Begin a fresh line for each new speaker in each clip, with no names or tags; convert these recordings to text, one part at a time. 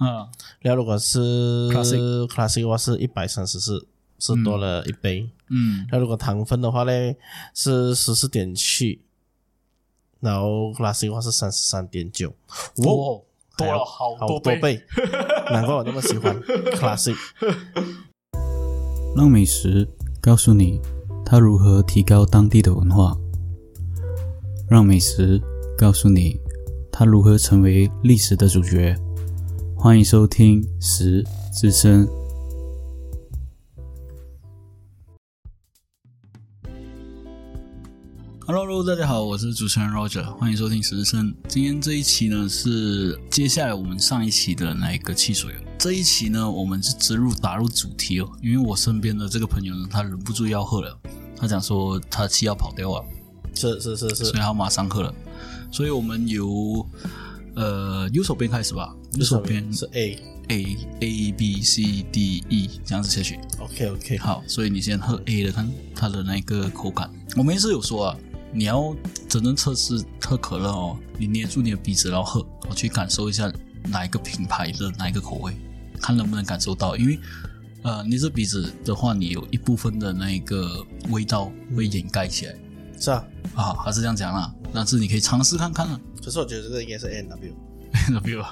嗯，
料如果是
Classic
classic 的话是一百三十四，是多了一杯。
嗯
那如果糖分的话呢，是十四点七，然后 classic 的话是三十三点九，哇，
哇，
还
多了
要
好
好
倍。
倍，难怪我那么喜欢 classic。
让美食告诉你它如何提高当地的文化，让美食告诉你它如何成为历史的主角。欢迎收听《食之声》。
Hello，hello，大家好，我是主持人 Roger，欢迎收听实日生。今天这一期呢是接下来我们上一期的那一个汽水哦。这一期呢，我们是植入打入主题哦，因为我身边的这个朋友呢，他忍不住要喝了，他讲说他气要跑掉啊，
是是是
所以
是，
他马上喝了。所以我们由呃右手边开始吧，右手边
是 A。
A A B C D E 这样子下去。
OK OK，
好，所以你先喝 A 的，看它的那个口感。我们一直有说啊，你要真正测试喝可乐哦，你捏住你的鼻子然后喝，我去感受一下哪一个品牌的哪一个口味，看能不能感受到。因为呃，捏着鼻子的话，你有一部分的那个味道会掩盖起来
是啊。
啊，还是这样讲啦。但是你可以尝试看看 啊。
可是我觉得这个应该是 N W
比如，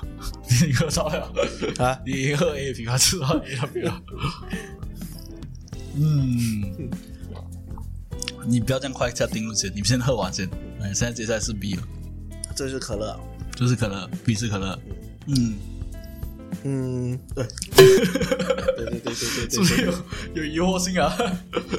你喝到了，
啊，
你喝 A 品牌知道 A 了没有？嗯，你不要这样快下定论先，你先喝完先。哎，现在接下来是 B 了，
这就是可乐啊。
就是可乐，B 是可乐。嗯，
嗯，对，对对对对对
是不是
对
有哦有诱惑性啊？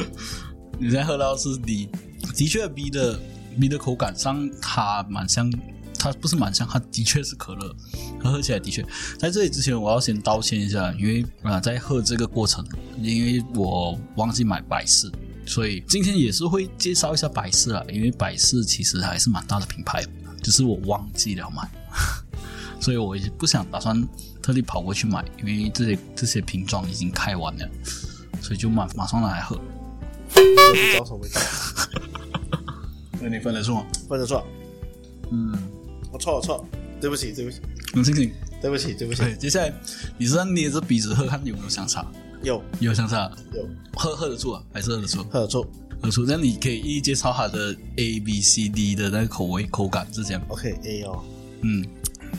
你现在喝到是 D，的确 B 的 B 的口感上它蛮像，它不是蛮像，它的确是可乐，它喝起来的确。在这里之前，我要先道歉一下，因为啊、在喝这个过程，因为我忘记买百事。所以今天也是会介绍一下百事啊，因为百事其实还是蛮大的品牌，只是我忘记了买，所以我也不想打算特地跑过去买，因为这些这些瓶装已经开完了，所以就马马上拿来喝。
对，你知道什么味道？
那你分得出吗？
不能说，
嗯，
我错我错，对不起对不起
能清醒。
对不起对不起，
对，接下来你是要捏着鼻子喝，看有没有相差，
有
有相差，
有
喝喝得住啊，还是喝得住？
喝错
喝得住。那你可以一一介绍它的 A、B、C、D 的那个口味、口感是这样。
，OK A 哦，
嗯，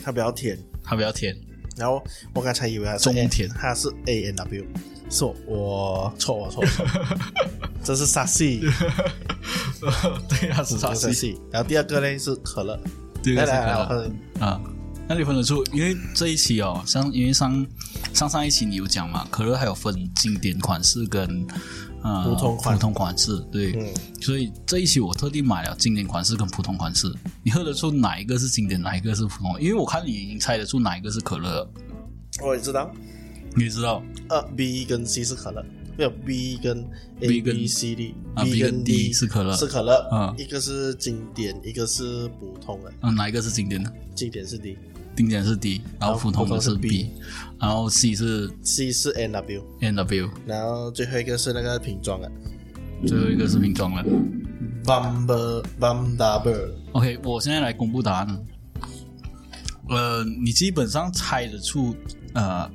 它比较甜。
它比 较甜，
然后我刚才以为它是
中
N,
甜
它是 A N W，是我我错我错， 这是沙西，
对啊，是沙
这是沙
西。
西。然后第二个呢是可乐，
对
来
是
来
可
来，
乐
我喝
啊，那你分得出？因为这一期哦，像因为上上上一期你有讲嘛，可乐还有分经典款式跟呃
普通款
普通款式，对，
嗯
所以这一期我特地买了经典款式跟普通款式。你喝得出哪一个是经典，哪一个是普通？因为我看你已经猜得出哪一个是可乐了，
我也知道，
你知道
二 B 跟 C 是可乐，没有 B 跟 A
B 跟
B C D，
啊
B
B
跟
跟
D
D 是可乐
是可乐，
嗯
一个是经典，一个是普通的，
嗯哪一个是经典的？
经典是 D，C
经典是 D，然后
普
普
通
通的
是
是
B
B，然后 C 是
是 N W，
N W，
然后最后一个是那个啊瓶装的
最后一个是瓶装的。
，Bumble Bum Double，
OK，我现在来公布答案了。呃，你基本上猜得出，呃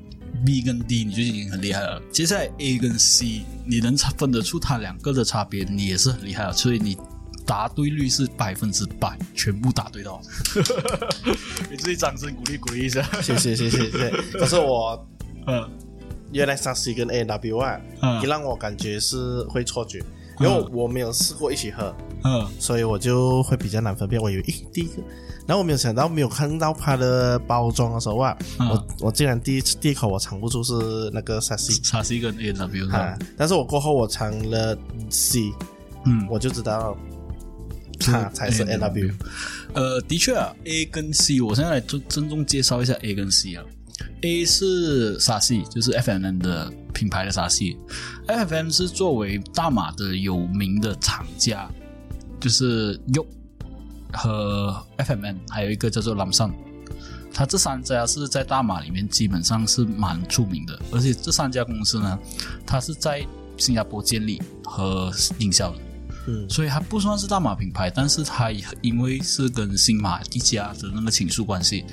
，B 跟 D 你就已经很厉害了。接下来 A 跟 C，你能差分得出它两个的差别，你也是很厉害了。所以你答对率是百分之百，全部答对到。 给自己掌声鼓励鼓励一下。
谢谢谢谢谢 谢。可是我
嗯
原来沙西跟 A W 啊，
嗯
也让我感觉是会错觉，因为我没有试过一起喝，
嗯
所以我就会比较难分辨。我以为诶第一个，然后我没有想到没有看到它的包装的时候啊，
嗯
我我竟然第一次第一口我尝不出是那个沙西
啥 C 跟 A W 是吧
啊？，但是我过后我尝了 C，
嗯，
我就知道它才是 N W。
呃，的确啊，A 跟 C，我现在来郑郑重介绍一下 A 跟 C 啊。A 是沙西，就是 FMN 的品牌的沙西。FM 是作为大马的有名的厂家，就是 y o 和 FMN，还有一个叫做 Lamson。它这三家是在大马里面基本上是蛮出名的，而且这三家公司呢，它是在新加坡建立和营销的。
嗯
所以它不算是大马品牌，但是它也因为是跟新马一家的那个亲属关系，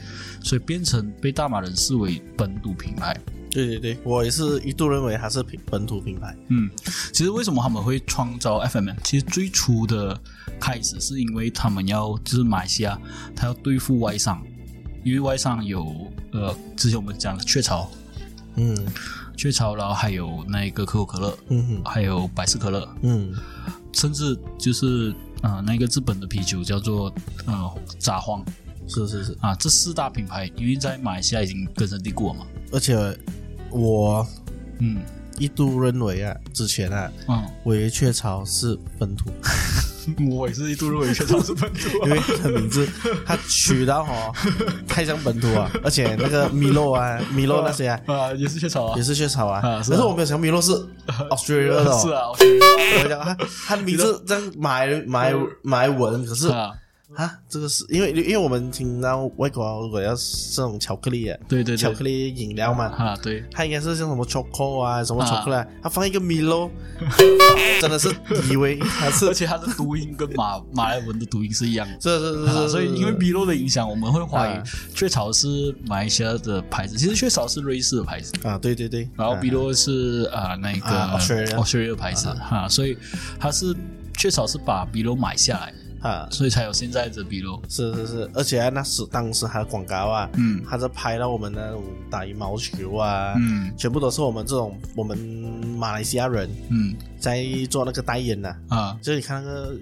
所以变成被大马人视为本土品牌。
对对对，我也是一度认为它是品本土品牌。
嗯，其实为什么他们会创造 FM？其实最初的开始是因为他们要就是马来西亚，他要对付外商，因为外商有呃之前我们讲的雀巢，
嗯
雀巢，然后还有那个可口可乐，
嗯哼
还有百事可乐，
嗯
甚至就是呃那个日本的啤酒叫做呃札幌
是是是，
啊，这四大品牌因为在马来西亚已经根深蒂固了嘛。
而且我
嗯
一度认为啊，之前啊，
嗯，
我以为雀巢是本土，
我也是一度认为雀巢是本土啊
因为它名字它取到哦，太像本土啊，而且那个米洛啊，米洛那些啊，
啊，也是雀巢啊
也，是雀巢啊，
啊是
但
啊
是我没有想米洛是 Australia 的、哦，
是啊，我觉得
我讲他他名字这样埋埋埋文，可是
啊，
啊，这个是因为因为我们听到外国如果要是这种巧克力啊，
对对对，
巧克力饮料嘛，
啊，对，
它应该是像什么 choco 啊，什么
啊
chocolate，、啊、它放一个 Milo，真的是以为它是
而且它的读音跟马马来文的读音是一样的。
这是是
啊
是，
所以因为
比
Milo 的影响，我们会怀疑
啊
雀巢是马来西亚的牌子，其实雀巢是瑞士的牌子，
啊，对对对，
然后 Milo 是啊那个
啊，Australia 啊
Australia 的牌子哈，所以它是雀巢是把 Milo 买下来，
啊啊，
所以才有现在的 Milo。
是是是，而且啊那时当时它的广告啊，
嗯
它在拍到我们那种打羽毛球啊，
嗯
全部都是我们这种我们马来西亚人
嗯
在做那个代言呐、
啊，
就你看那个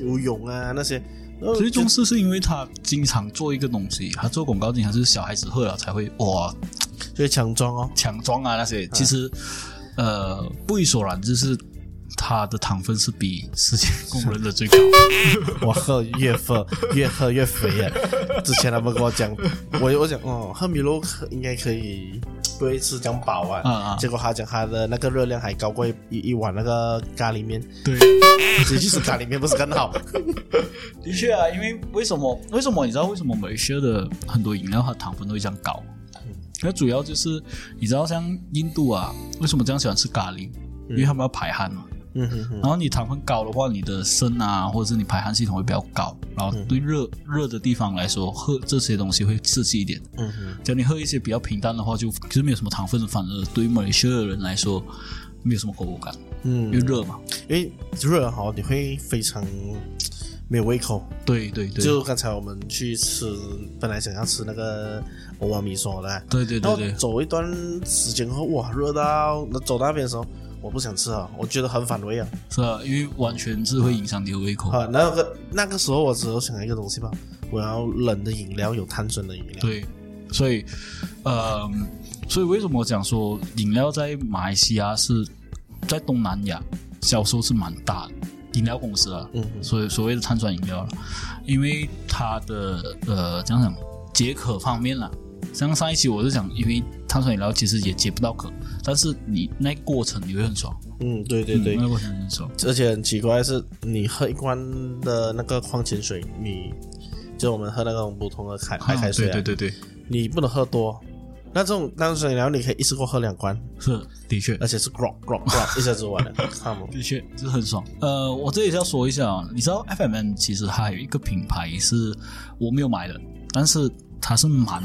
游游泳啊那些，呃
所以中式是因为他经常做一个东西，他做广告经常是小孩子喝了才会哇
就强装哦，
强壮啊那些，其实、呃不以所然，就是它的糖分是比世界公认的最高。
我喝越喝越喝越肥啊！之前他们跟我讲，我我讲哦，喝米露可应该可以不会吃这样饱啊，
啊啊
结果他讲他的那个热量还高过一一碗那个咖喱面，
对，
所以去吃咖喱面不是更 好？
的确啊，因为为什么？为什么你知道为什么美式的很多饮料它糖分都会这样高？那主要就是你知道像印度啊，为什么这样喜欢吃咖喱？因为他们要排汗嘛。
嗯哼哼，
然后你糖分高的话，你的肾啊，或者是你排汗系统会比较高，然后对热热的地方来说，喝这些东西会刺激一点。
嗯哼，
只要你喝一些比较平淡的话，就其实没有什么糖分，反而对于马来西亚的人来说没有什么口感，因为
嗯，
热嘛。
因为热哈你会非常没有胃口，
对对对，
就刚才我们去吃，本来想要吃那个欧巴米索的啊。
对对
然
对
后
对，
走一段时间后，哇，热到那走到那边的时候，我不想吃啊，我觉得很反胃啊。
是啊，因为完全是会影响你的胃口。
啊，那个那个时候我只有想到一个东西吧，我要冷的饮料，有碳酸的饮料。，
对，所以，呃，所以为什么我讲说饮料在马来西亚是在东南亚销售是蛮大的，饮料公司啊，
嗯哼
所以所谓的碳酸饮料了，啊因为它的呃，讲讲解渴方面啦，像上一期我是讲，因为碳酸饮料其实也解不到渴，但是你那个过程你会很爽，
嗯，对对对
嗯那。个过程很爽，
而且很奇怪的是，你喝一罐的那个矿泉水，你就我们喝那种普通的开白开水、啊
对对对对，
你不能喝多。那这种碳酸饮料，你可以一次过喝两罐，
是的确
而且是 grog grog grog 一下子 完了，看吗？
的确是很爽。呃，我这里是要说一下啊，你知道 FMN 其实它有一个品牌是我没有买的，但是它是蛮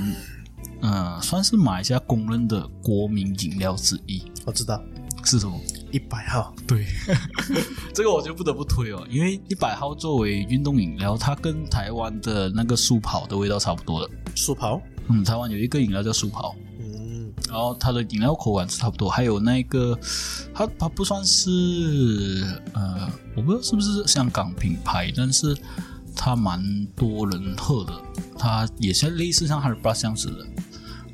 呃，算是马来西亚公认的国民饮料之一，
我知道，
是什么？
一百号，
对， 这个我就不得不推哦，因为一百号作为运动饮料，它跟台湾的那个速跑的味道差不多的。
速跑，
嗯，台湾有一个饮料叫速跑，
嗯，
然后它的饮料口感是差不多，还有那个，它它不算是呃，我不知道是不是香港品牌，但是它蛮多人喝的，它也是类似像哈尔巴这样子的。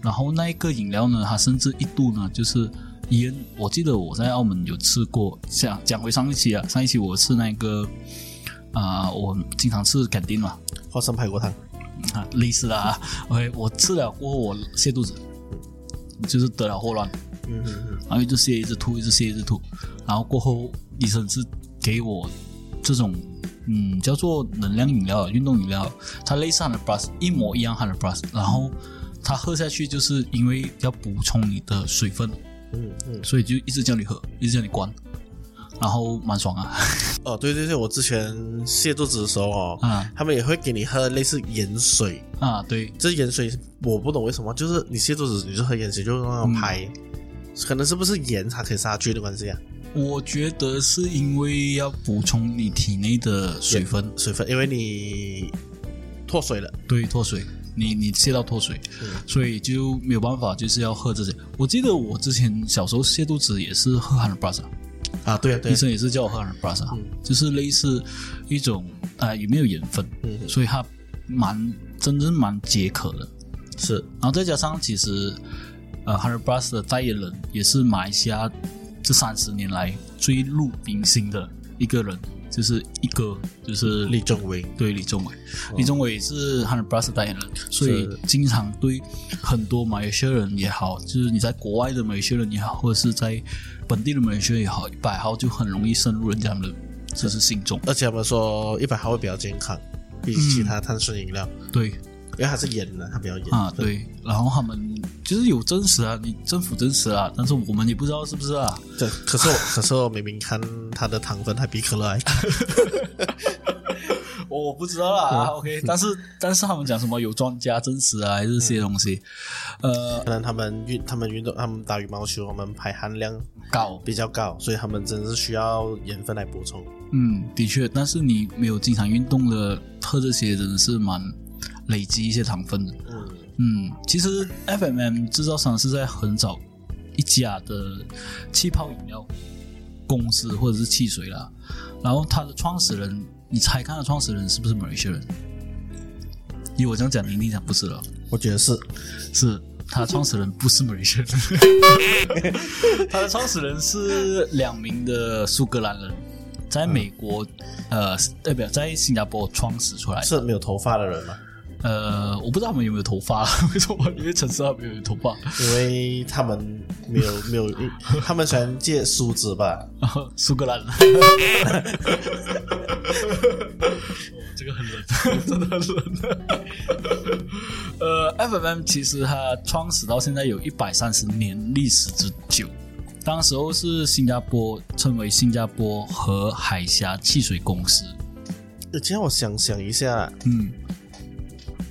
然后那一个饮料呢，它甚至一度呢，就是烟，我记得我在澳门有吃过，讲讲回上一期啊，上一期我吃那个啊、我经常吃肯丁嘛，
花生排骨汤，
啊，类似的啊，OK，我 吃了过后我泻肚子，就是得了霍乱，
嗯嗯嗯。
然后一直泻，一直吐，一直泻，一直吐。然后过后，医生是给我这种嗯叫做能量饮料、运动饮料，它类似 h u n d b r u s 一模一样 h u n d b r u s 然后它喝下去就是因为要补充你的水分，
嗯嗯，
所以就一直叫你喝，一直叫你灌，然后蛮爽啊。
哦，对对对，我之前蟹肚子的时候哦，
啊
他们也会给你喝类似盐水，
啊，对，
这盐水我不懂为什么，就是你蟹肚子你就喝盐水就那样排，可能是不是盐它可以杀菌的关系啊？
我觉得是因为要补充你体内的水分，
水分，因为你脱水了，
对，脱水，你你泄到脱水，所以就没有办法，就是要喝这些。我记得我之前小时候泻肚子也是喝 h a n b r a s a
啊，对啊对
医
啊，
生也是叫我喝 h a n b r a s a 就是类似一种啊、也没有盐分，
嗯
所以它蛮真正蛮解渴的。
是
然后再加上其实呃 h a n b r a s a 的代言人也是马来西亚这三十年来最入明星的一个人，就是一哥，就是
李宗伟，
对李宗伟，李宗伟是 h a n b r a s 代言人，所以经常对很多马来西亚人也好，就是你在国外的马来西亚人也好，或者是在本地的马来西亚人也好，百号就很容易深入人家的就是心中。
而且他们说一百毫会比较健康，比起其他碳酸饮料，
对
因为它是盐的，它比较盐
啊，对，然后他们就是有真实啊，你政府真实啊，但是我们也不知道是不是啊。
这可是我，可是我明明看它的糖分还比可乐还高，
我不知道啦、o k 但是但是他们讲什么有专家真实啊，还是这些东西，呃，
可能他们运他们运动他们打羽毛球，他们排含量
搞
比较高，所以他们真的是需要盐分来补充。
嗯，的确，但是你没有经常运动的，喝这些真的是蛮累积一些糖分的。
嗯，
嗯，其实 FMM 制造商是在很早一家的气泡饮料公司或者是汽水啦，然后它的创始人，你猜看它的创始人是不是某一些人？以我这样讲，你一定讲不是了。
我觉得是
是他创始人不是 Malaysian，他的创始人是两名的苏格兰人，在美国，呃，代表在新加坡创始出来的。
是没有头发的人嘛，
呃，我不知道他们有没有头发， 为什么因为城市他们有头发？
因为他们没有没有，他们喜欢借梳子吧，
苏格兰人， 这个很冷， 真的很冷。呃，FMM 其实它创始到现在有一百三十年历史之久，当时候是新加坡称为新加坡和海峡汽水公司。
呃这样我想想一下
嗯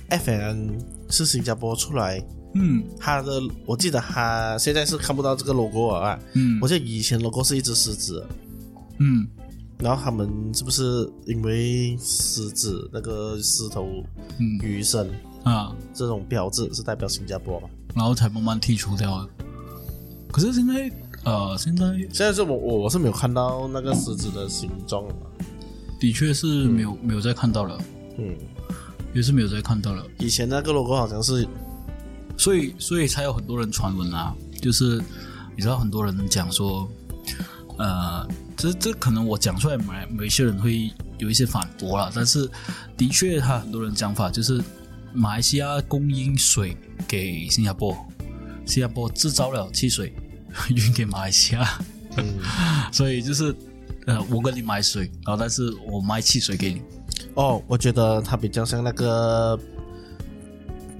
，FN 是新加坡出来，
嗯
它的我记得它现在是看不到这个 logo 了啊，
嗯
我记得以前 logo 是一只狮子，
嗯，
然后他们是不是因为狮子那个狮头
嗯
鱼身
啊，
这种标志是代表新加坡嘛？
然后才慢慢剔除掉了。可是现在呃，现在
现在是我我我是没有看到那个狮子的形状嘛，
的确是没有、没有再看到了，
嗯，
也是没有再看到了。
以前那个 logo 好像是
所以所以才有很多人传闻啊，就是你知道很多人讲说，呃，这这可能我讲出来，某某一些人会有一些反驳啦，但是的确，他很多人讲法就是马来西亚供应水给新加坡，新加坡制造了汽水 运给马来西亚，
嗯。
所以就是呃，我跟你买水，然后但是我卖汽水给你，
哦，我觉得它比较像那个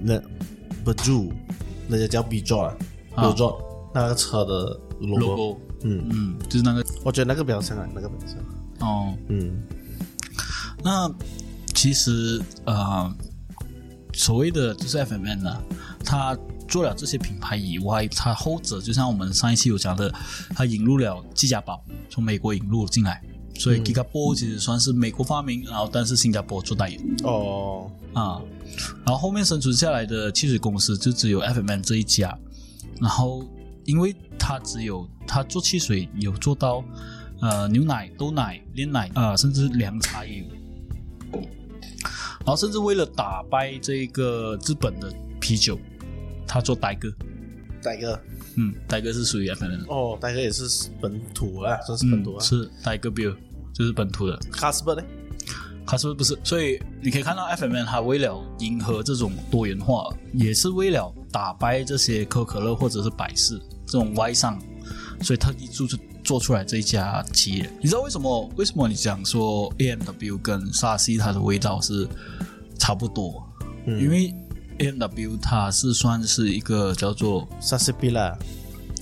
那 b j u 人家叫 b j o b
啊
j o 那个车的 logo，
logo，
嗯，
嗯，就是那个
我觉得那个比较像啊，那个比较像，
哦。
嗯
那其实呃，所谓的就是 FMN 呢、它做了这些品牌以外，它后者就像我们上一期有讲的，它引入了技嘉宝，从美国引入进来，所以 Gigapo 其实算是美国发明，然后但是新加坡做代言
哦，
啊、然后后面生存下来的汽水公司就只有 FMN 这一家，然后因为它只有它做汽水有做到。呃，牛奶、豆奶、炼奶啊、呃甚至凉茶也有。然后甚至为了打败这个日本的啤酒，他做呆哥，
戴哥，
嗯，呆哥是属于 F N 的，嗯
哦，戴哥也是本土啊，算是本土啊，
是呆哥 beer，就是本土的，
c a s p e r 呢？
它是不是？所以你可以看到 F M N 它为了迎合这种多元化，也是为了打败这些可口可乐或者是百事这种歪商，所以特地做出做出来这一家企业。你知道为什么？为什么你讲说 A M W 跟沙西它的味道是差不多？
嗯
因为 A M W 它是算是一个叫做
莎士比拉，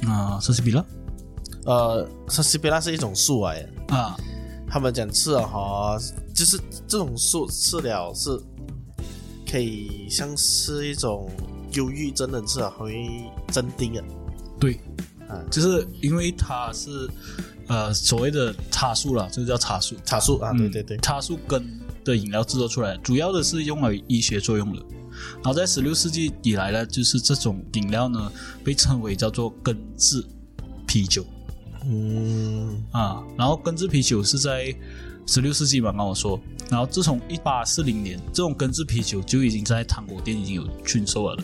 啊莎士比拉
呃，莎士比拉是一种树啊，
啊
他们讲吃了哈，就是这种素吃了是可以像是一种忧郁症的吃了会镇定啊。
对，
嗯
就是因为它是呃所谓的茶树啦，就叫茶树。
茶树啊，
嗯
对对对，
茶树根的饮料制作出来，主要的是用来医学作用的。然后在十六世纪以来呢，就是这种饮料呢被称为叫做根治啤酒
嗯，
啊。然后根治啤酒是在十六世纪嘛，刚我说。然后自从一八四零年，这种根治啤酒就已经在糖果店已经有驯售了的。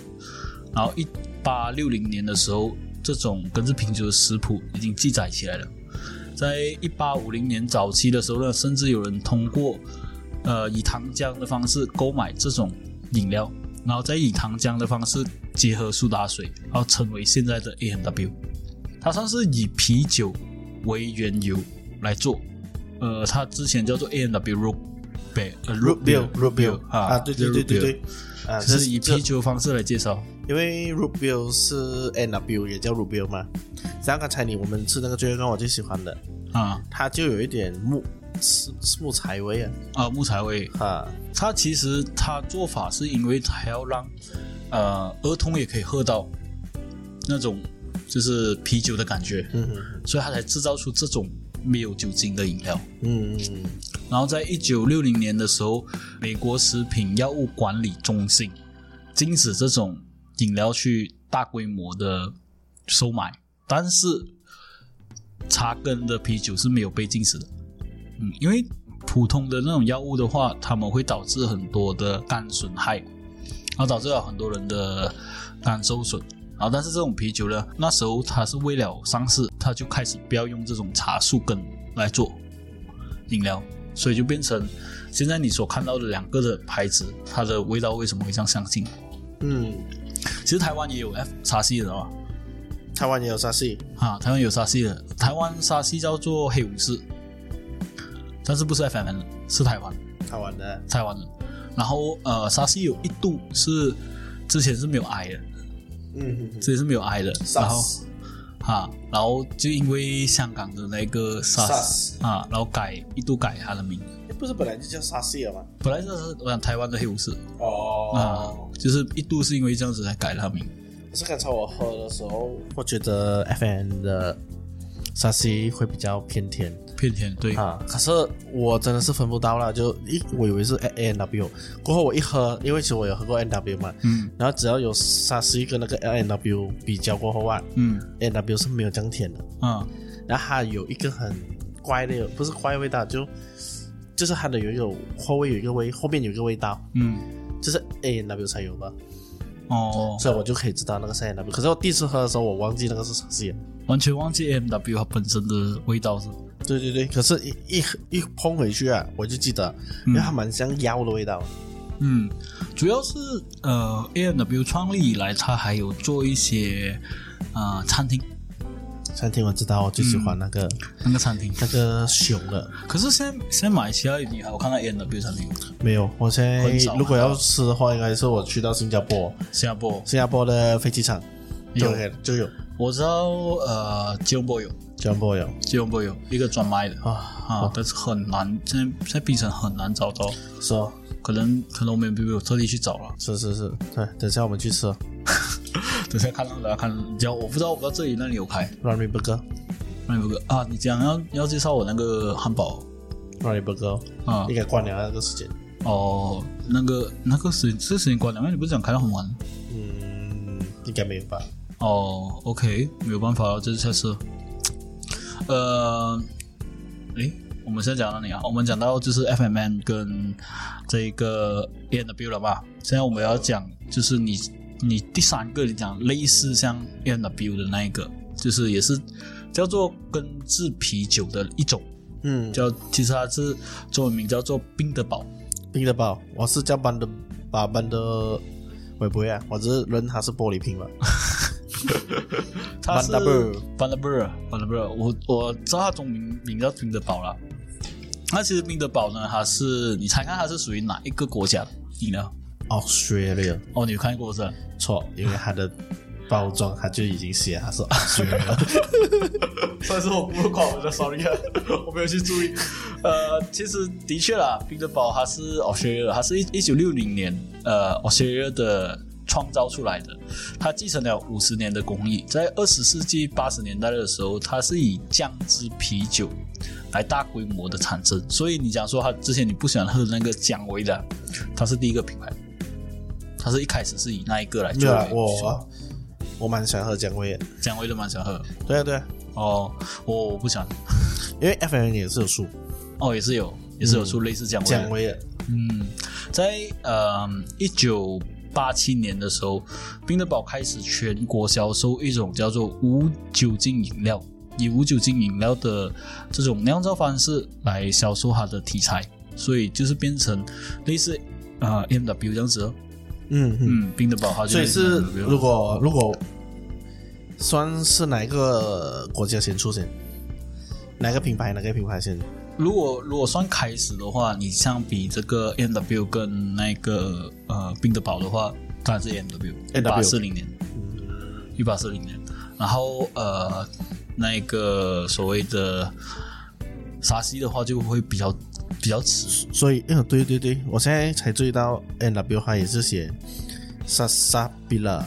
然后一八六零年的时候，这种根治啤酒的食谱已经记载起来了。在一八五零年早期的时候呢，甚至有人通过呃以糖浆的方式购买这种饮料，然后再以糖浆的方式结合苏打水，然后成为现在的 A M W。它算是以啤酒为原油来做，呃，它之前叫做 A M W Root Beer 呃
root beer root
beer，
beer
啊
啊，对对对
root
对
beer
对，啊，这
是以
这
啤酒的方式来介绍。
因为 Rubio 是 N W 也叫 Rubio 嘛，像刚才你我们吃那个最后糕，我最喜欢的，
啊
它就有一点木是是木材味啊，
啊，木材味，
啊，
它其实它做法是因为它要让呃儿童也可以喝到那种就是啤酒的感觉，
嗯哼
所以它才制造出这种没有酒精的饮料。
嗯嗯
然后在一九六零年的时候，美国食品药物管理中心禁止这种饮料去大规模的收买，但是茶根的啤酒是没有被禁止的。嗯，因为普通的那种药物的话，它们会导致很多的肝损害，然后导致了很多人的肝受损。然后，但是这种啤酒呢，那时候它是为了上市，它就开始不要用这种茶树根来做饮料，所以就变成现在你所看到的两个的牌子，它的味道为什么会这样相近？
嗯，
其实台湾也有 F 沙西的嘛，
台湾也有沙士，
啊，台湾有沙西的，台湾沙西叫做黑武士，但是不是 FM 的，是台湾。
台湾的，
台湾人。然后呃，沙西有一度是之前是没有挨的，
嗯哼哼
之前是没有挨的。然后
SARS
啊，然后就因为香港的那个沙
SARS
啊，然后改一度改他的名字，
诶不是本来就叫沙士了吗？
本来就是我想台湾的黑武士啊
哦，，
就是一度是因为这样子才改了他名。
可是刚才我喝的时候，我觉得 F N 的沙士会比较偏甜。
偏甜对
啊，可是我真的是分不到了，就一我以为是 A N W，过后我一喝，因为其实我有喝过 N W 嘛，
嗯
然后只要有沙士跟那个 N W 比较过后啊
嗯
，N W 是没有这样甜的，
啊
然后它有一个很怪的，不是怪味道，就就是它的有一个后味有一个味，后面有一个味道，
嗯
就是 A N W 才有吧，
哦，
所以我就可以知道那个是 N W，可是我第一次喝的时候我忘记那个是沙士了，
完全忘记 M W 它本身的味道是
对对对，可是一一一碰回去啊，我就记得，因为它蛮像腰的味道。
嗯，主要是呃，A M W 创立以来，它还有做一些呃餐厅，
餐厅我知道，我最喜欢那个、
那个餐厅。
那个熊的。
可是现在现在马来西亚你还有看到 A M W 餐厅？
没有，我现在
很少
如果要吃的话，应该是我去到新加坡，
新加坡
新加坡的飞机场就
有
可以就有，
我知道，呃，吉隆坡有，
新加坡有
吉隆坡有一个专卖的
啊，
啊，但是很难，现在现在槟城很难找到，
是哦，
可能可能我们没有特地去找了。
是是是，对，等一下我们去吃哦
等下看到大家看，只要我不知道，我不知道这里那里有开。
r o n n y Burger。
那有个啊，你讲要要介绍我那个汉堡
Ronnie Burger 哦
啊
应？该关了那个时间，
哦，那个那个时这时间关了，因为你不是讲开到很晚？
嗯，应该没有吧？
哦，OK，没有办法了，这是下次。呃，诶，我们现在讲到哪里啊？我们讲到就是 FMN 跟这个 a n w 了吧？现在我们要讲就是你你第三个你讲类似像 a n w 的那一个，就是也是叫做根治啤酒的一种，
嗯，叫
叫其实它是中文名叫做冰德堡。
冰的堡，我是叫班的把班的，我也不会啊，我只是认它是玻璃瓶吧。
它是
Bundaberg
Bundaberg Bundaberg，我我知道它中名名叫冰德堡啦。那其实冰德堡呢，它是你猜看它是属于哪一个国家的饮料？
Australia
哦，你有看过是吧？
错，因为它的包装，它就已经写它 是
绝了。算是我不夸我的 sorry 啊， 我没有去注意。呃，其实的确啦，彼得堡它是 Australia，的它是一一九六零年呃 Australia 的创造出来的，它继承了五十年的工艺，在二十世纪八十年代的时候，它是以酱汁啤酒来大规模的产生，所以你讲说它之前你不喜欢喝的那个姜维的，它是第一个品牌。它是一开始是以那一个来
没
做
有啦
为，主
我我蛮喜欢喝姜味的。
姜维的蛮喜欢喝
对啊对啊，
哦，我我不喜欢
因为 F N 也是有出
哦，也是有也
嗯
是有出类似姜维的
姜味的，
嗯，在呃一九八七年的时候，宾得堡开始全国销售一种叫做无酒精饮料，以无酒精饮料的这种酿造方式来销售它的题材，所以就是变成类似呃 M W 这样子、哦。
嗯嗯。
嗯，宾得堡它就
所以是
类似 MW
如果如果算是哪一个国家先出现，哪个品牌哪个品牌先？
如果如果算开始的话，你相比这个 M W 跟那个呃宾得堡的话，当然是 M W，一
NW
八四零年，一八四零年，然后呃那个所谓的沙西的话就会比较比较迟，
所以，嗯，对对对，我现在才注意到 N W 它也是写莎莎比拉，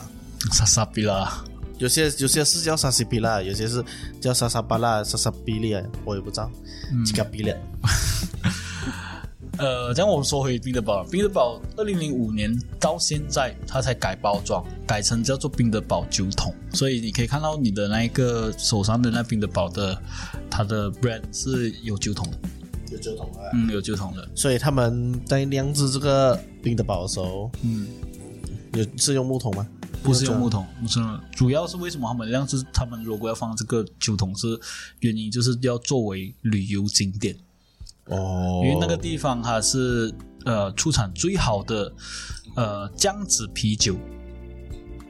沙沙比啦，
有些有些是叫莎西比拉，有些是叫莎莎巴拉、莎莎比利，我也不知道，几个比利。
呃，这样我们说回宾得堡，宾得堡二零零五年到现在，它才改包装，改成叫做宾得堡酒桶，所以你可以看到你的那一个手上的那宾得堡的，它的 brand 是有酒桶的，
有酒桶啊。
嗯，有酒桶的，
所以他们在酿制这个冰的堡的时候，
嗯，
有是用木桶吗？
不是用木桶，不是用木桶，主要是为什么他们量是他们如果要放这个酒桶是原因，就是要作为旅游景点，
哦，
因为那个地方它是呃出产最好的呃姜子啤酒，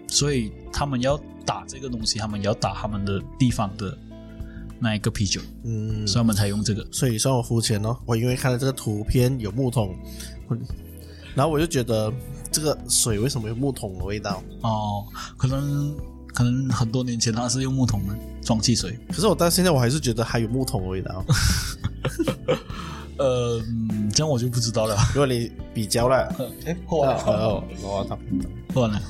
所以他们要打这个东西，他们要打他们的地方的那一个啤酒，
嗯，
所以他们才用这个。
所以算我肤浅哦。我因为看了这个图片有木桶，我然后我就觉得这个水为什么有木桶的味道？
哦，可能可能很多年前他是用木桶装汽水，
可是我到现在我还是觉得还有木桶的味道。
呃，嗯这样我就不知道了。
如果你比较了，
哎，
哦
过完了，
哦，我他
过完了。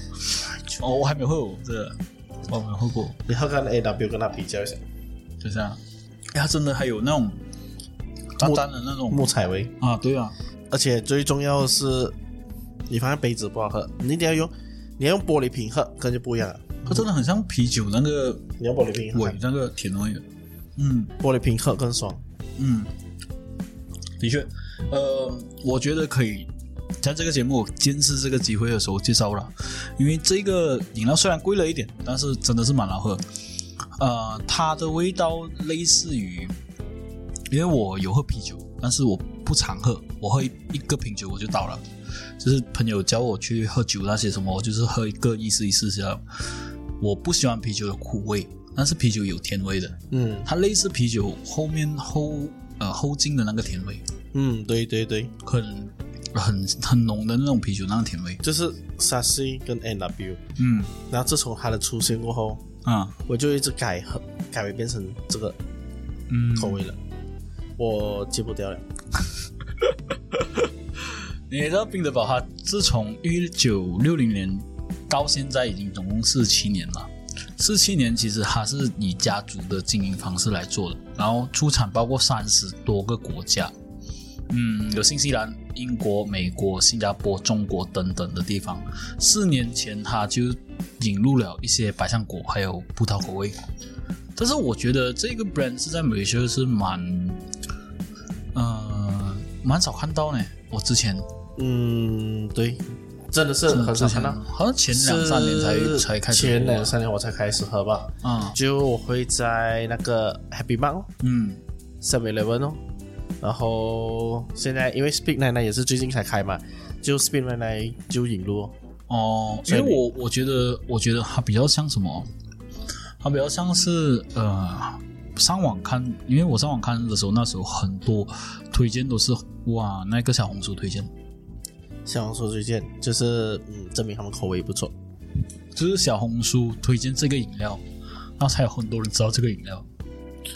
哦，我还没喝过这个，我没有喝过，
你喝跟 A W 跟他比较一下，
就这样。哎，它真的还有那种淡淡的那种
木材味，
啊，对啊，
而且最重要的是，你发现杯子不好喝，你一定要用，你要用玻璃瓶喝，跟就不一样了。
它真的很像啤酒那个
你用玻璃瓶喝
尾，那个甜味的。嗯
玻璃瓶喝更爽。
嗯，的确，呃，我觉得可以在这个节目我监视这个机会的时候介绍了，因为这个饮料虽然贵了一点，但是真的是蛮好喝。呃，它的味道类似于，因为我有喝啤酒，但是我不常喝，我喝一一个瓶酒我就倒了。就是朋友教我去喝酒那些什么，我就是喝一个意思意思这样。我不喜欢啤酒的苦味，但是啤酒有甜味的，
嗯
它类似啤酒后面后呃后劲的那个甜味，
嗯，对对对，
很很很浓的那种啤酒那个甜味。
就是 Sashi 跟 N W。
嗯
然后自从它的出现过后，
啊
我就一直改喝，改为变成这个
嗯，
口味了，我戒不掉了。
你也知道宾得堡它自从一九六零年到现在已经总共四七年了。四七年其实它是以家族的经营方式来做的，然后出产包括三十多个国家，嗯，有新西兰、英国、美国、新加坡、中国等等的地方。四年前它就引入了一些百香果还有葡萄口味，但是我觉得这个 brand 是在美国是蛮，呃，蛮少看到呢。我之前
嗯，对，真的是很少看到，
好像前两三年才
是
才开始播
前两三年我才开始喝吧，
啊，
就我会在那个 Happy Mart 哦
嗯
Seven Eleven 哦，然后现在因为 Speak 奶奶也是最近才开嘛，就 Speak 奶奶就引入哦，
哦，因
所以
为我我觉得我觉得它比较像什么，它比较像是呃上网看，因为我上网看的时候，那时候很多推荐都是哇那个小红书推荐，
小红书推荐，就是嗯证明他们口味不错，
就是小红书推荐这个饮料，然后才有很多人知道这个饮料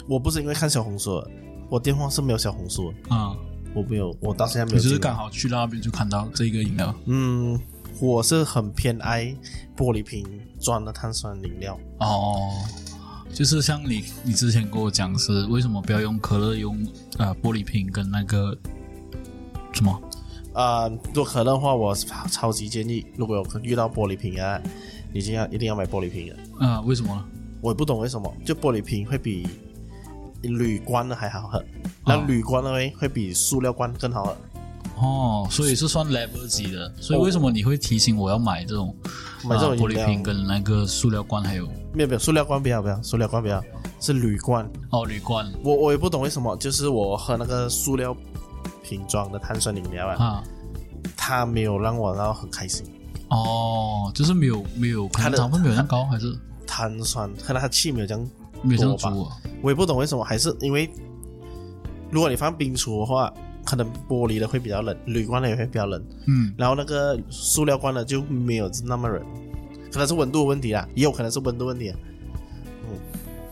我不是因为看小红书的，我电话是没有小红书的，
啊。
我没有，我到现在没
你
有。
就是刚，好去到那边就看到这个饮料
嗯，我是很偏爱玻璃瓶装的碳酸饮料。
哦，就是像你你之前跟我讲是为什么不要用可乐用呃玻璃瓶跟那个什么
啊，做可乐的话，我超级建议，如果有遇到玻璃瓶啊，你就要一定要买玻璃瓶的。啊
呃为什么呢？
我也不懂为什么，就玻璃瓶会比铝罐的还好喝，那铝罐的会会比塑料罐更好喝。
哦，所以是算 level 级的，所以为什么你会提醒我要买这种
买这种
呃
饮
玻璃
料
瓶跟那个塑料罐还有
没有没有，塑料罐不要不要，塑料罐不要，是铝罐。
哦铝罐
我我也不懂为什么，就是我喝那个塑料瓶装的碳酸饮料啊，
啊？
它没有让我让我很开心。
哦，就是没有没有，
它
可能
的
糖分没有那么高，还是
碳酸，可能它气没有这样，
没有这样
多吧
足啊？
我也不懂为什么，还是因为如果你放冰橱的话，可能玻璃的会比较冷，铝罐的也会比较冷，
嗯，
然后那个塑料罐的就没有那么冷，可能是温度问题啦，也有可能是温度问题啊，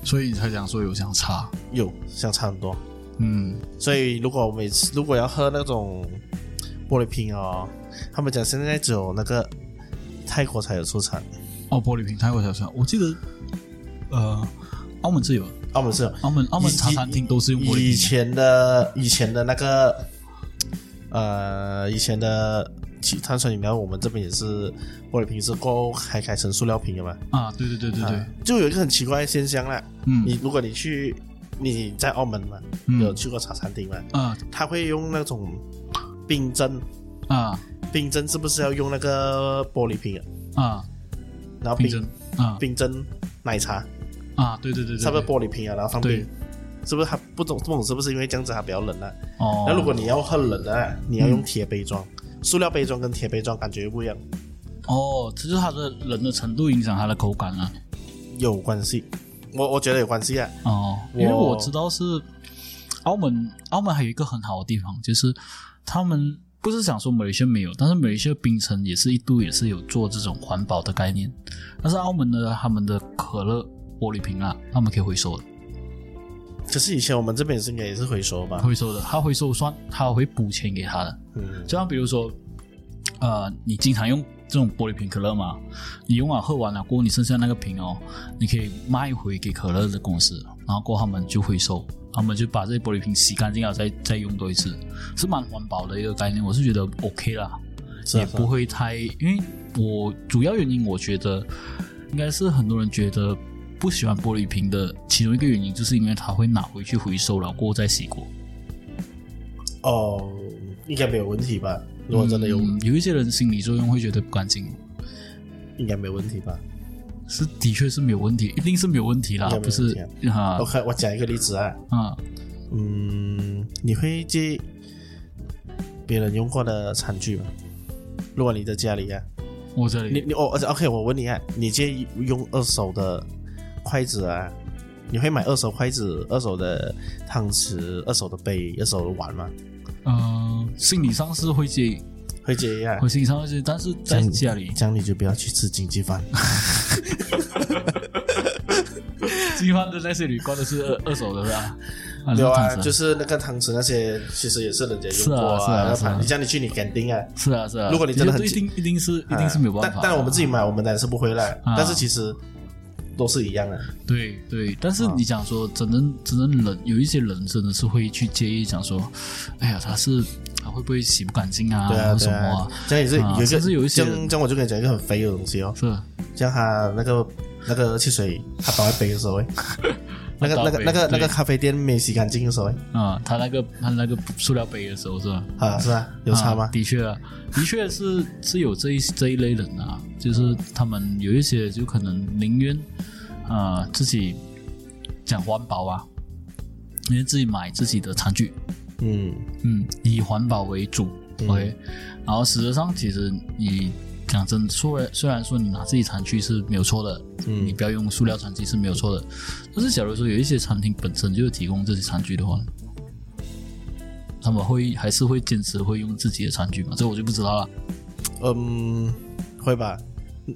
所以你才讲说有相差，
有相差很多。
嗯，
所以如果我每次如果要喝那种玻璃瓶哦，他们讲现在只有那个泰国才有出产，
哦，玻璃瓶泰国小船，我记得，呃，澳门是有的，
澳门是有。
澳门澳门
以
茶餐厅都是用玻
以
璃瓶
前的以前的那个呃以前的其碳酸饮料，我们这边也是玻璃瓶是过后还改成塑料瓶了嘛？
的啊，对对对对对
啊，就有一个很奇怪的现象啦。
嗯
你如果你去你在澳门嘛，有
嗯
去过茶餐厅嘛？
啊
他会用那种冰针，
啊
冰针是不是要用那个玻璃瓶啊？
啊，
然后
冰
冰
针啊
冰针奶茶，
啊，对对对对，
上面
对
玻璃瓶啊，然后放
对
冰，是不是它不懂不懂是不是因为这样子它比较冷啊？
哦，嗯
那如果你要喝冷的啊，你要用铁杯装，塑料杯装跟铁杯装感觉又不一样，
哦，这就是它的冷的程度影响它的口感了。
有关系。我我觉得有关系啊，
哦，因为
我
我知道是澳门，澳门还有一个很好的地方，就是他们不是想说马来西亚没有，但是马来西亚槟城也是一度也是有做这种环保的概念，但是澳门的他们的可乐玻璃瓶啊，他们可以回收的，
可是以前我们这边也是应该也是回收吧？
回收的，他回收算他会补钱给他的，
嗯，
就像比如说，呃，你经常用这种玻璃瓶可乐嘛，你用完喝完了过后，你剩下那个瓶哦，你可以卖回给可乐的公司，然后过后他们就回收，他们就把这些玻璃瓶洗干净了再再用多一次，是蛮环保的一个概念，我是觉得 OK 啦，
是啊
也
是啊
不会太，因为我主要原因我觉得应该是很多人觉得。不喜欢玻璃瓶的其中一个原因，就是因为它会拿回去回收了，过后再洗过。
哦，应该没有问题吧？如果真的有，
嗯有一些人心理作用会觉得不干净，
应该没有问题吧
是的确是没有问题，一定是没有问题啦，
应该
不
没有
是
问题啊
啊
？OK，我讲一个例子啊，
啊
嗯，你会介意别人用过的餐具吗？如果你在家里啊，
我这
你
里
你哦而且，OK，我问你啊，你介意用二手的筷子啊？你会买二手筷子、二手的汤匙、二手的杯、二手的碗吗？
呃，心理上是会介意，
会介意啊
我？心理上会介意，但是在家里啊
这样你就不要去吃经济饭。
喜欢的那些旅馆都是 二二手的是吧？啊
对啊，
这样子
就是那个汤匙那些，其实也是人家用过
是啊是啊
那个
是啊
盘你叫你去你肯定啊。
是啊是啊，
如果你真的很
一定一定是一定是没有办法
啊
的，
但但我们自己买，我们当然是不会啦。
啊
但是其实都是一样的。
对对，但
啊
是你讲说，真正真正人有一些人真的是会去介意，讲说，哎呀，他是他会不会洗不干净啊，
对啊，
或者
对
什么
啊
啊？，
这样也是
啊
有一
甚
个，
至有一些
这样这样我就跟你讲一个很肥的东西哦，
是
像他那个那个汽水，他倒在杯的时 候，哎那个
倒
那
在
个
杯
那个那
对
个咖啡店没洗干净的时候，哎
啊，他那个他那个塑料杯的时 候是吧？
啊，是吧？有差
啊
吗？
的确啊，的确是是有这一这一类人啊，就是他们有一些就可能宁愿啊、呃自己讲环保啊，因为自己买自己的餐具，
嗯，
嗯，以环保为主、
嗯
o k 然后实质上其实你讲真，虽然虽然说你拿自己餐具是没有错的，
嗯
你不要用塑料餐具是没有错的，但是假如说有一些餐厅本身就有提供这些餐具的话，他们会还是会坚持会用自己的餐具嘛？这我就不知道了。
嗯，会吧？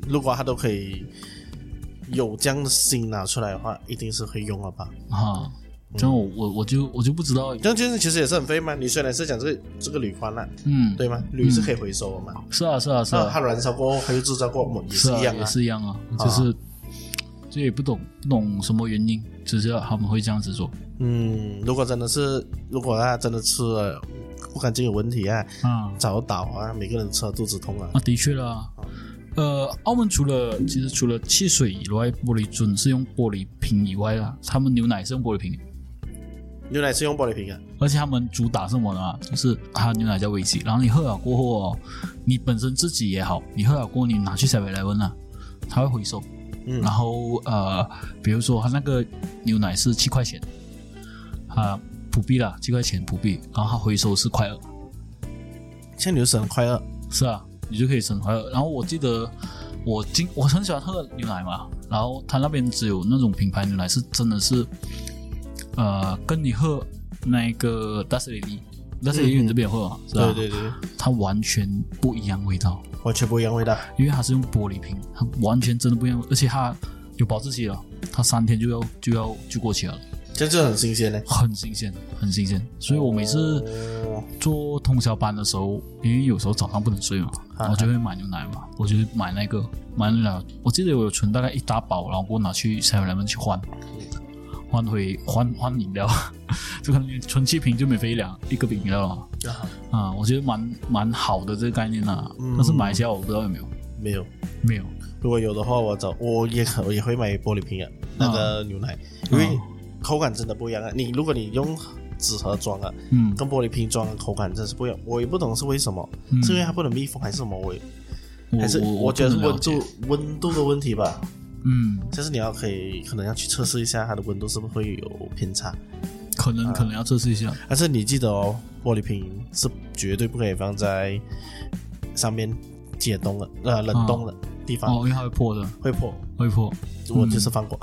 如果他都可以有这样的心拿出来的话，一定是会用了吧？嗯
啊，这样我我我就我就不知道，
这样就是其实也是很费嘛。你虽然是讲这个这个铝矿了，
嗯，
对吗？铝是可以回收的嘛，
是啊是啊是
那
啊
它，燃烧过后，它又制造过我们也是
啊
一样
也
啊。
是一样啊，就是就也不懂不懂什么原因，只是他们会这样子做
嗯，如果真的是，如果他真的吃了不干净有问题啊，
啊。
早倒啊，每个人吃了肚子痛啊。
啊，的确啦。呃，澳门除了其实除了汽水以外，玻璃樽是用玻璃瓶以外啦，他们牛奶是用玻璃瓶，
牛奶是用玻璃瓶啊，
而且他们主打什么呢？就是它牛奶叫威士，然后你喝了过后哦，你本身自己也好，你喝了过后你拿去 Seven Eleven 啊，它会回收。
嗯
然后呃，比如说它那个牛奶是七块钱，啊，普币啦，七块钱普币，然后它回收是块二。
像牛神快乐，
是啊，你就可以省怀了。然后我记得我经我很喜欢喝牛奶嘛，然后他那边只有那种品牌牛奶是真的是，呃，跟你喝那个大士里大士里你这边有喝嘛，是吧？
嗯对对对，
它完全不一样味道，
完全不一样味道。
因为它是用玻璃瓶，它完全真的不一样，而且它有保质期了，它三天就要就要就过期了，
这样就很新鲜嘞。
很新鲜，很新鲜。所以我每次。
哦
做通宵班的时候，因为有时候早上不能睡嘛，
啊
我就会买牛奶嘛，我就买那个买牛奶。我记得我有存大概一大包，然后给我拿去 Seven Eleven 去换，换回换换饮料， 就可能存七瓶就免费一两一个饮料了
啊，
啊，我觉得蛮蛮好的这个概念啊。
嗯
但是马来西亚我不知道有没有，
没有。
没有
如果有的话，我找我也可我也会买玻璃瓶的
啊
那个牛奶，因为口感真的不一样啊。你如果你用纸盒装啊，
嗯
跟玻璃瓶装的口感真是不一样。我也不懂是为什么，
嗯
是因为它不能密封还是什么？我也
我
还是
我
觉得是
不
温
能了解
度温度的问题吧。
嗯，
但是你要可以可能要去测试一下它的温度是不是会有偏差。
可
啊
能可能要测试一下
但是你记得哦，玻璃瓶是绝对不可以放在上面解冻的呃冷冻的地方、
啊哦，因为嗯它会破的，
会破。
会破。
我就是放过，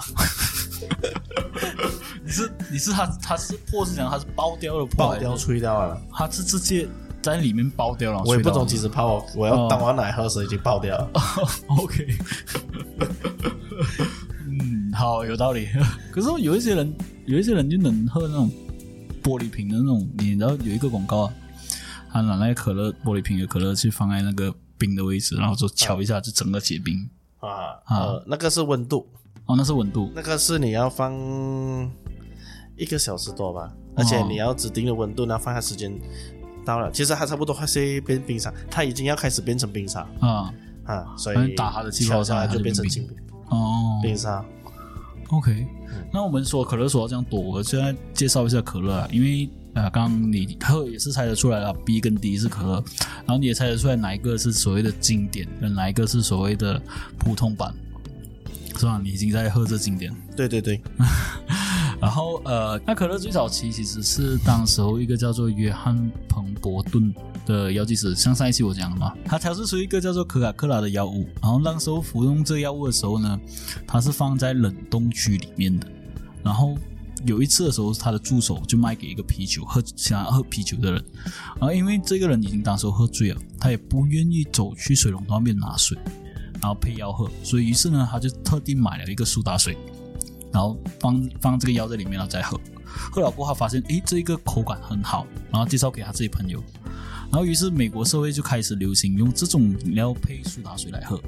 你是你是它它是破是讲它是爆掉了破
爆掉吹掉了。
它是直接在里面爆掉了。
我也不懂
哦吹
几
到
时泡，我
哦
要当我要奶喝的时候已经爆掉了。
OK，嗯，好，有道理。可是有一些人，有一些人就能喝那种玻璃瓶的那种，你知道有一个广告啊，他拿那个可乐玻璃瓶的可乐去放在那个冰的位置，然后就敲一下，就整个结冰。
啊，
啊
呃，那个是温度，
哦，那是温度
那个是你要放一个小时多吧，
哦
而且你要指定的温度，然后放下时间到了，其实它差不多快是变冰沙，它已经要开始变成冰沙
啊。
啊，所
反正
以
打它的气泡上
下
来
来
它
就
就
变成
变
清冰
哦
冰沙。
，OK。那我们说可乐说到这样多，我现在介绍一下可乐啊，因为呃，刚刚你喝也是猜得出来了，B 跟 D 是可乐，然后你也猜得出来哪一个是所谓的经典，跟哪一个是所谓的普通版，是吧？你已经在喝这经典。
对对对，
然后呃，那可乐最早期其实是当时候一个叫做约翰·彭伯顿的药剂师，像上一期我讲的嘛，他调制出一个叫做可卡克拉的药物，然后那时候服用这个药物的时候呢，它是放在冷冻区里面的，然后。有一次的时候，他的助手就卖给一个啤酒喝想要喝啤酒的人，然后因为这个人已经当时候喝醉了，他也不愿意走去水龙头那边拿水，然后配药喝，所以于是呢，他就特地买了一个苏打水，然后放放这个药在里面，然后再喝。喝了过后，他发现诶，这个口感很好，然后介绍给他自己朋友。然后于是美国社会就开始流行用这种饮料配苏打水来喝。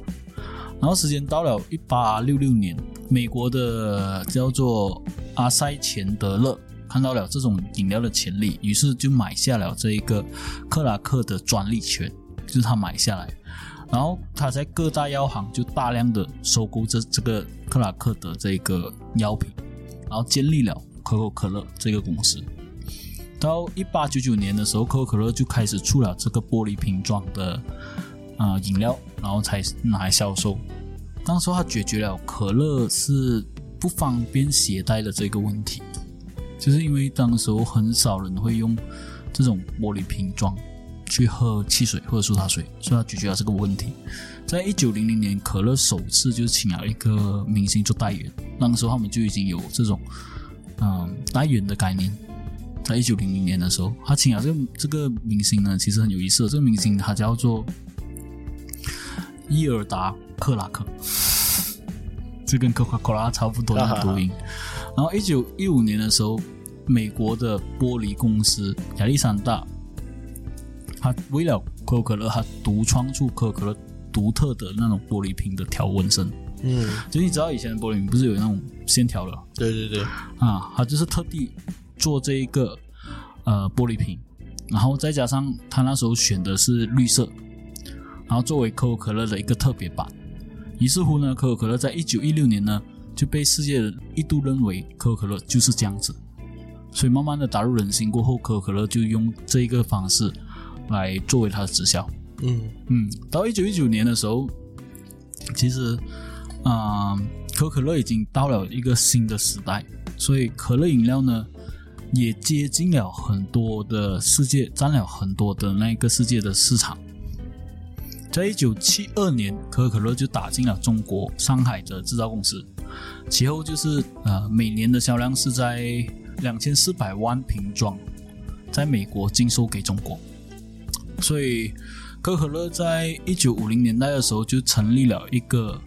然后时间到了一八六六年，美国的叫做阿塞钱德勒看到了这种饮料的潜力，于是就买下了这一个克拉克的专利权，就是他买下来。然后他在各大药行就大量的收购这这个克拉克的这个药品，然后建立了可口可乐这个公司。到一八九九年的时候，可口可乐就开始出了这个玻璃瓶装的啊、呃饮料，然后才拿来销售。当时它解决了可乐是不方便携带的这个问题，就是因为当时候很少人会用这种玻璃瓶装去喝汽水或者苏打水，所以它解决了这个问题。在一九零零年，可乐首次就请了一个明星做代言，那个时候他们就已经有这种嗯代言的概念。在一九零零年的时候，他请了这个这个明星呢，其实很有意思的。这个明星他叫做伊尔达克拉克， 这跟 Coca-Cola 差不多的读音。然后一九一五年的时候，美国的玻璃公司亚历山大，他为了可口可乐，他独创出可口可乐独特的那种玻璃瓶的条纹身。
嗯，
就你知道以前的玻璃瓶不是有那种线条的
对对对，
啊，他就是特地做这一个呃玻璃瓶，然后再加上他那时候选的是绿色，然后作为可口可乐的一个特别版。于是乎呢，可口可乐在一九一六年呢就被世界人一度认为可口可乐就是这样子，所以慢慢的打入人心过后，可口可乐就用这一个方式来作为它的直销。
嗯
嗯，到一九一九年的时候，其实，啊、可口可乐已经到了一个新的时代，所以可乐饮料呢，也接近了很多的世界，占了很多的那个世界的市场。在一九七二年，可口可乐就打进了中国上海的制造公司，其后就是呃，每年的销量是在两千四百万瓶装，在美国经售给中国。所以可口可乐在一九五零年代的时候就成立了一个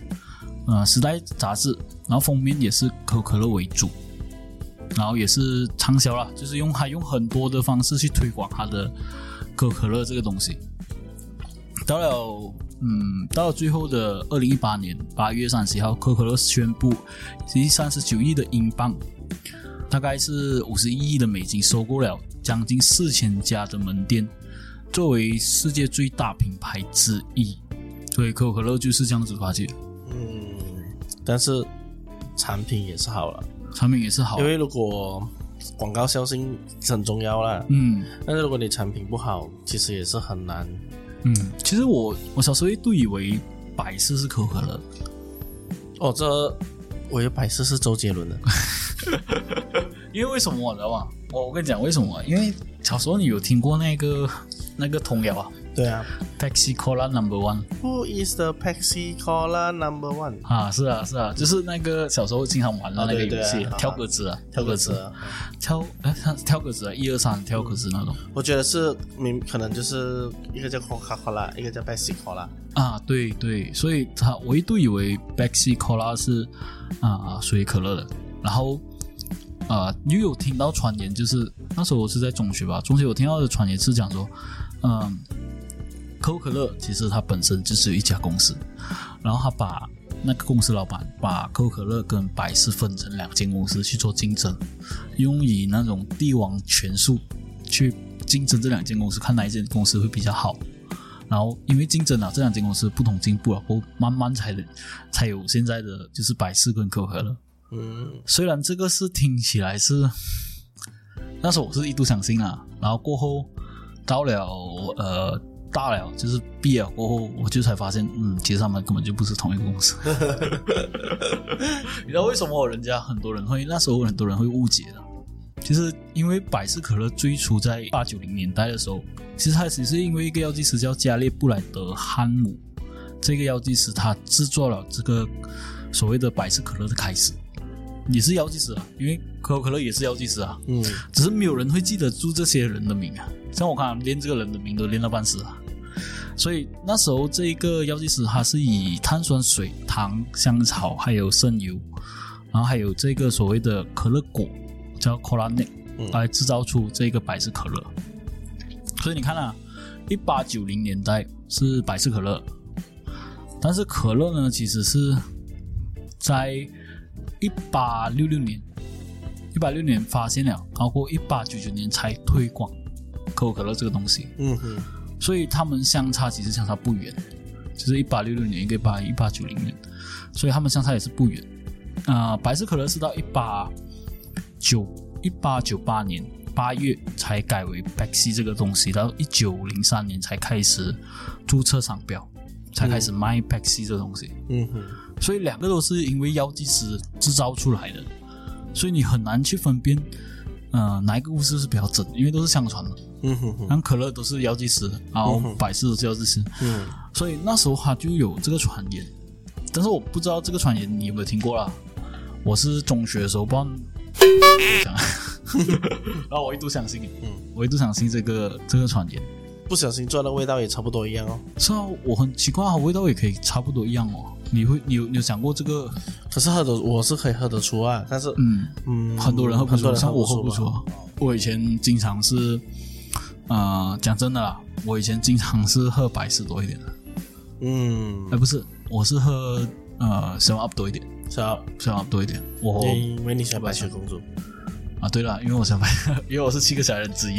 呃时代杂志，然后封面也是可口可乐为主，然后也是畅销啦，就是用它用很多的方式去推广它的可口可乐这个东西。到了嗯，到了最后的二零一八年八月三十号，可口可乐宣布以三十九亿的英镑，大概是五十一亿的美金收购了将近四千家的门店，作为世界最大品牌之一。所以可口可乐就是这样子发迹，
嗯，但是产品也是好了，
产品也是好
因，为如果广告效性很重要啦，
嗯
但是如果你产品不好，其实也是很难。
嗯。其实我我小时候一度以为百事是可口可乐，
哦，这我有百事是周杰伦的，
因为为什么我知道吗？我我跟你讲为什么？因为小时候你有听过那个那个童谣啊
对啊
，Taxi Cola Number One。
，Who is the Pepsi Cola Number One？
啊，是啊，是啊，就是那个小时候经常玩的
啊
那个
对对
游戏，
啊
挑格子啊，挑格子，
啊，
挑哎，它挑格子啊，一二三，挑格子那种
我觉得是明可能就是一个叫 Coca Cola，一个叫 Pepsi Cola。
啊，对对，所以它我一度以为 Bexy Cola 是啊属于可乐的，然后啊又有听到传言，就是那时候我是在中学吧，中学我听到的传言是讲说，嗯，可口可乐其实它本身就是有一家公司，然后他把那个公司老板把可口可乐跟百事分成两间公司去做竞争，用以那种帝王权术去竞争这两间公司，看哪一间公司会比较好。然后因为竞争啊，这两间公司不同进步了，后慢慢才能才有现在的就是百事跟可口可乐。
嗯
虽然这个是听起来是，那时候我是一度相信啦，然后过后到了呃大了就是毕业了过后，我就才发现，嗯，其实他们根本就不是同一个公司。你知道为什么人家很多人会那时候很多人会误解的？其实因为百事可乐最初在八九零年代的时候，其实它只是因为一个药剂师叫加列布莱德汉姆，这个药剂师他制作了这个所谓的百事可乐的开始。也是药剂师啊，因为可口可乐也是药剂师啊，
嗯，
只是没有人会记得住这些人的名啊。像我看连这个人的名都连了半死啊。所以那时候这一个药剂师他是以碳酸水、糖、香草还有渗油，然后还有这个所谓的可乐果叫 cola n e
嗯
来制造出这个百事可乐。所以你看啊，一八九零年代是百事可乐，但是可乐呢其实是在一八六六年，一八六年发现了，然后过一八九九年才推广可口可乐这个东西，
嗯哼，
所以他们相差其实相差不远，就是一八六六年一个八一八九零年，所以他们相差也是不远。啊、百事可乐是到一八九一八九八年八月才改为 Pepsi 这个东西，到一九零三年才开始注册商标，才开始卖 Pepsi 这个东西。
嗯哼，
所以两个都是因为药剂师制造出来的，所以你很难去分辨，呃，哪一个故事是比较真，因为都是相传的。
嗯哼哼，
像可乐都是药剂师，然后百事都是药剂师，
嗯，
所以那时候他就有这个传言，嗯但是我不知道这个传言你有没有听过啦。我是中学的时候，不知道讲，然后我一度相信，嗯
嗯，
我一度相信这个这个传言。
不小心做的味道也差不多一样哦。
是啊，我很奇怪啊，味道也可以差不多一样哦。你会你有你有想过这个？
可是喝的我是可以喝得出啊，但是
嗯，
嗯，
很多人喝不
很多
出，
人
像我
喝
喝不出
吧。。
我以前经常是，呃，讲真的啦，我以前经常是喝百事多一点的，
嗯
哎，，不是，我是喝呃 seven up 多一点
是啊，
，seven up 多一点。我
因为你喜欢白雪公主，
啊，对了，因为我想买， 因为我是七个小人之一。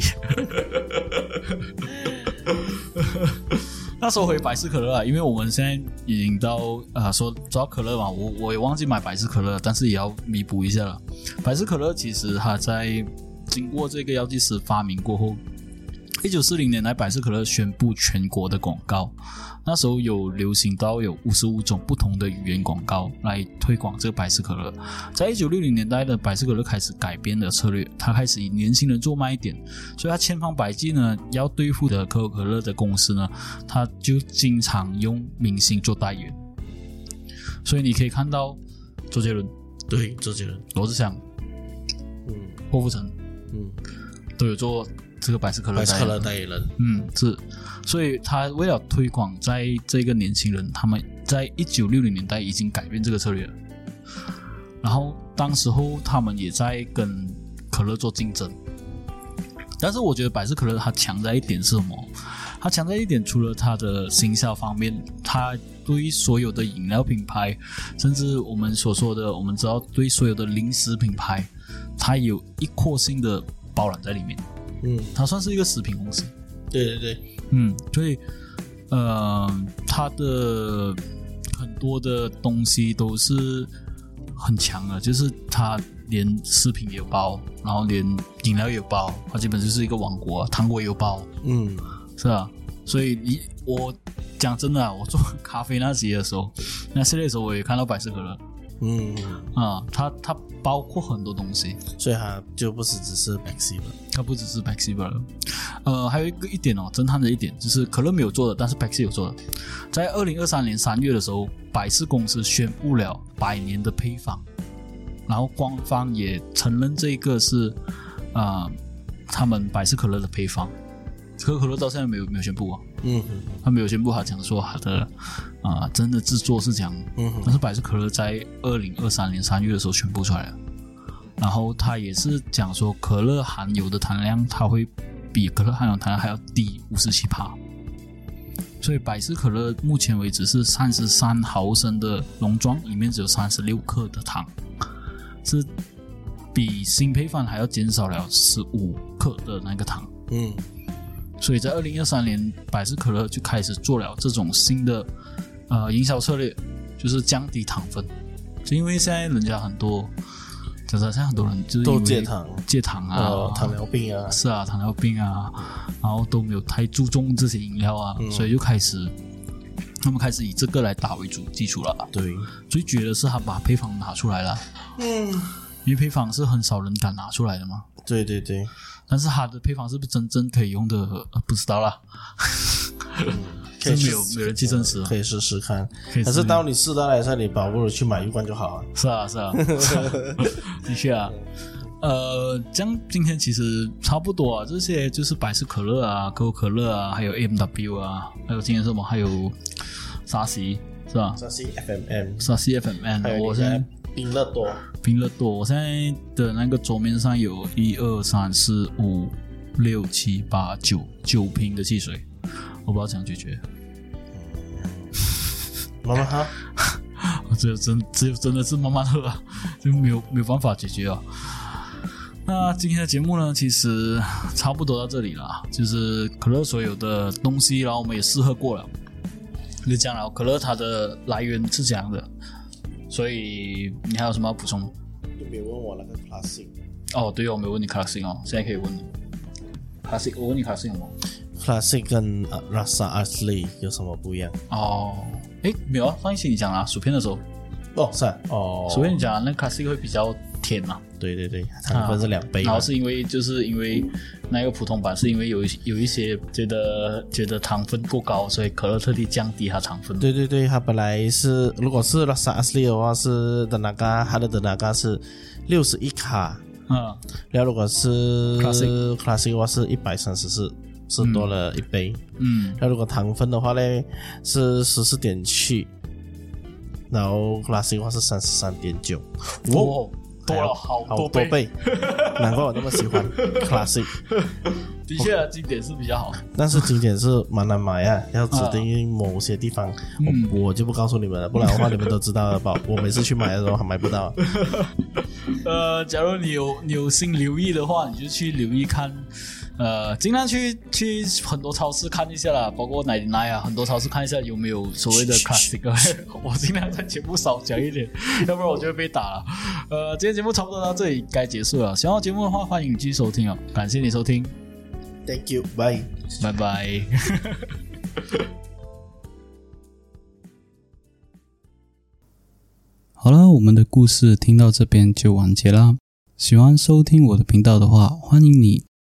那时候回百事可乐啊，因为我们现在已经到啊、呃说说到可乐嘛，我我也忘记买百事可乐，但是也要弥补一下了。百事可乐其实它在经过这个药剂师发明过后，一九四零年来，百事可乐宣布全国的广告，那时候有流行到有五十五种不同的语言广告来推广这个百事可乐。在一九六零年代的百事可乐开始改变了策略，它开始以年轻人做卖点，所以它千方百计呢要对付的可口可乐的公司呢，它就经常用明星做代言。所以你可以看到周杰伦、
对，周杰伦，
罗志祥、
嗯
郭富城
嗯，
都有做这个百事可乐
白
代
雪
言。
可乐代言人，
嗯，是，所以他为了推广在这个年轻人，他们在一九六零年代已经改变这个策略了。然后当时候他们也在跟可乐做竞争，但是我觉得百事可乐它强在一点是什么？它强在一点，除了它的行销方面，它对于所有的饮料品牌，甚至我们所说的，我们知道对所有的零食品牌，它有一括性的包揽在里面，
嗯，
它算是一个食品公司。
对对对，
嗯，所以呃，它的很多的东西都是很强的，就是它连食品也有包，然后连饮料也有包，它基本就是一个王国，糖果也有包，
嗯，
是啊，所以你我讲真的、啊，我做咖啡那集的时候，那系列的时候，我也看到百事可乐
嗯，
啊，它它包括很多东西，
所以他就不是只是 Maxi 了，
它不只是 Pepsi 罢了。呃，还有一个一点哦，侦探的一点就是可乐没有做的，但是 Pepsi 有做的。在二零二三年三月的时候，百事公司宣布了百年的配方，然后官方也承认这个是啊、呃他们百事可乐的配方。可口可乐到现在没有没有宣布啊，
嗯
他没有宣布他讲说他的啊、真的制作是讲
嗯
但是百事可乐在二零二三年三月的时候宣布出来了，然后它也是讲说可乐含有的糖量它会比可乐含有糖量还要低五十七帕，所以百事可乐目前为止是三十三毫升的浓装，里面只有三十六克的糖，是比新配方还要减少了十五克的那个糖。
嗯
所以在二零二三年，百事可乐就开始做了这种新的呃营销策略，就是降低糖分。就因为现在人家很多，讲真的，现在很多人就是
都
因为
戒糖
戒糖啊，
呃，糖尿病啊，
是啊，糖尿病啊，然后都没有太注重这些饮料啊，
嗯
所以就开始他们开始以这个来打为主基础了。
对，
最绝的是他把配方拿出来了，
嗯，
因为配方是很少人敢拿出来的嘛。
对对对，
但是它的配方是不是真正可以用的，呃不知道啦。
可以
真
试
没有没有人去证实啊
可以试试看
可以。试
可是当你试到了以后，你倒不如去买一罐就好啊。
是啊，是啊，是啊的确啊。呃，这样今天其实差不多啊，这些就是百事可乐啊、可口可乐啊，还有 M W 啊，还有今天什么，还有沙西是吧？
这是 FMM，
沙西 F M
还
N，
有
我
你
现
的
在
冰乐多，
拼乐多，我现在的那个桌面上有一二三四五六七八九九瓶的汽水，我不知道怎样解决，
妈妈哈，
我只有真只有真的是慢慢喝啊，就没有没有办法解决啊。那今天的节目呢，其实差不多到这里了，啊就是可乐所有的东西，然后我们也试喝过了，就这样了。可乐它的来源是这样的，所以你还有什么要补充吗？
就别问我那个 Classic。
哦，对哦，我没问你 classic 哦，现在可以问你 classic，我问你 classic 吗？
Classic 跟呃 Rasa a s l e y 有什么不一样？
哦，诶，没有啊，上一期你讲了薯片的时候，
哦，是啊哦，
薯片你讲了那 classic 会比较甜啊嘛，
对对对，糖分是两倍嘛，
然后是因为就是因为那个普通版是因为有一些有一些觉得觉得糖分过高，所以可乐特地降低它糖分。，
对对对，它本来是如果是 Rasa a s l e y 的话是的那个它的的那个是六十一卡，
嗯，
然后如果是
Classic
Classic 的话是一百三十四，是多了一倍。
嗯
那如果糖分的话呢，是十四点七，然后拉西话是三十三点九，
哦，多
还有
了好
好
多
多倍，难怪我那么喜欢 classic。
的确啊，经典是比较好。
但是经典是蛮难买啊，要指定某些地方，
嗯
我我就不告诉你们了，不然的话你们都知道了吧？我每次去买的时候还买不到啊，
呃，假如你有你有心留意的话，你就去留意看，呃，尽量去去很多超市看一下啦，包括奶奶啊，很多超市看一下有没有所谓的 classic 啊。我尽量在节目少讲一点，要不然我就会被打了。呃，今天节目差不多到这里该结束了，喜欢我节目的话，欢迎继续收听哦，感谢你收听，
Thank you, bye.
拜拜。
好了，我们的故事听到这边就完结啦。喜欢收听我的频道的话，欢迎你